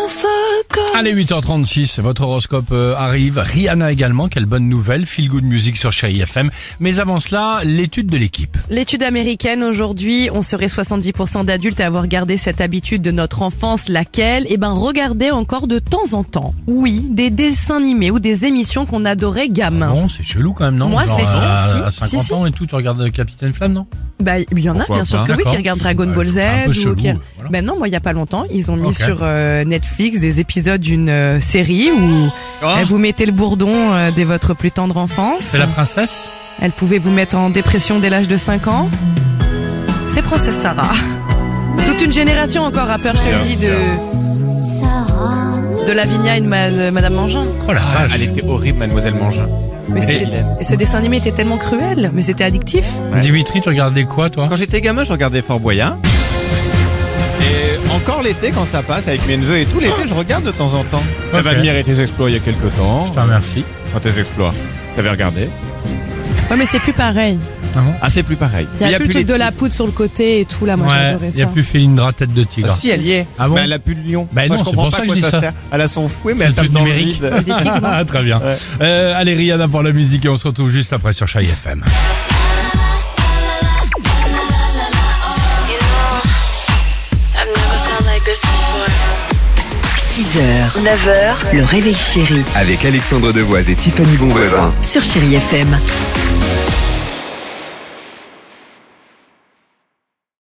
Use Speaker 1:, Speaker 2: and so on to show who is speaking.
Speaker 1: love a girl.
Speaker 2: Allez, 8h36, votre horoscope euh, arrive. Rihanna également, quelle bonne nouvelle. Feel Good Music sur Chéri FM. Mais avant cela, l'étude de l'équipe.
Speaker 3: L'étude américaine aujourd'hui, on serait 70% d'adultes à avoir gardé cette habitude de notre enfance, laquelle, eh ben, regarder encore de temps en temps. Oui, des dessins animés ou des émissions qu'on adorait gamin.
Speaker 2: Ah Bon, c'est chelou quand même, non
Speaker 3: Moi, je
Speaker 2: Genre,
Speaker 3: l'ai fait,
Speaker 2: à,
Speaker 3: si,
Speaker 2: à 50
Speaker 3: si, si.
Speaker 2: ans et tout, tu regardes euh, Capitaine Flamme, non
Speaker 3: Bah, il y en a,
Speaker 2: Pourquoi
Speaker 3: bien sûr
Speaker 2: pas,
Speaker 3: que oui,
Speaker 2: d'accord.
Speaker 3: qui regardent Dragon
Speaker 2: Ouais,
Speaker 3: Ball Z.
Speaker 2: c'est un peu chelou, euh,
Speaker 3: ou qui...
Speaker 2: voilà.
Speaker 3: Ben non, moi, il y a pas longtemps, ils ont mis
Speaker 2: Ok.
Speaker 3: sur euh, Netflix des épisodes d'une euh, série où euh, vous mettez le bourdon euh, dès votre plus tendre enfance.
Speaker 2: Oh. C'est la princesse
Speaker 3: Elle pouvait vous mettre en dépression dès l'âge de 5 ans. C'est Princesse Sarah. Toute une génération encore à peur, je te le dis, de. De Lavinia et de ma- de Madame Mangin.
Speaker 2: Oh la vache.
Speaker 4: Elle était horrible, Mademoiselle Mangin.
Speaker 3: Mais
Speaker 2: Et-
Speaker 3: c'était- et ce dessin animé était tellement cruel, mais c'était addictif.
Speaker 2: Dimitri, tu regardais quoi, toi
Speaker 4: Quand j'étais gamin, je regardais Fort Boyard. Et encore l'été, quand ça passe avec mes neveux et tout l'été, je regarde de temps en temps.
Speaker 2: Ok.
Speaker 4: J'avais admiré tes exploits il y a quelques temps.
Speaker 2: Je te remercie.
Speaker 4: Quand tes exploits, t'avais regardé.
Speaker 3: Ouais, mais c'est plus pareil.
Speaker 2: Ah bon
Speaker 4: Ah, c'est plus pareil.
Speaker 3: Il y a, plus le truc
Speaker 4: les-
Speaker 3: de la poudre sur le côté et tout, là, moi
Speaker 2: Ouais,
Speaker 3: j'adorais
Speaker 2: il n'y a
Speaker 3: ça.
Speaker 2: plus Félindra, tête de
Speaker 4: Ah,
Speaker 2: tigre.
Speaker 4: si, elle y est.
Speaker 2: Ah bon
Speaker 4: mais elle a plus de lion.
Speaker 2: Bah
Speaker 4: Moi,
Speaker 2: non,
Speaker 4: je
Speaker 2: c'est
Speaker 4: comprends
Speaker 2: pour
Speaker 4: pas à
Speaker 2: ça que
Speaker 4: quoi
Speaker 2: je dis
Speaker 4: ça,
Speaker 2: ça.
Speaker 4: sert. Elle a son fouet, mais
Speaker 2: C'est
Speaker 4: elle tape
Speaker 2: du
Speaker 4: dans le
Speaker 2: numérique.
Speaker 4: vide.
Speaker 3: Des tigres, hein. non
Speaker 2: Ah, très bien.
Speaker 4: Ouais.
Speaker 2: Euh, allez, Rihanna pour la musique et on se retrouve juste après sur Chéri FM.
Speaker 5: You know, I've never felt like this before.
Speaker 6: 6h, 9h, le réveil chéri
Speaker 7: Avec Alexandre Devoise et Tiffany Bonvoisin.
Speaker 6: sur Chéri FM.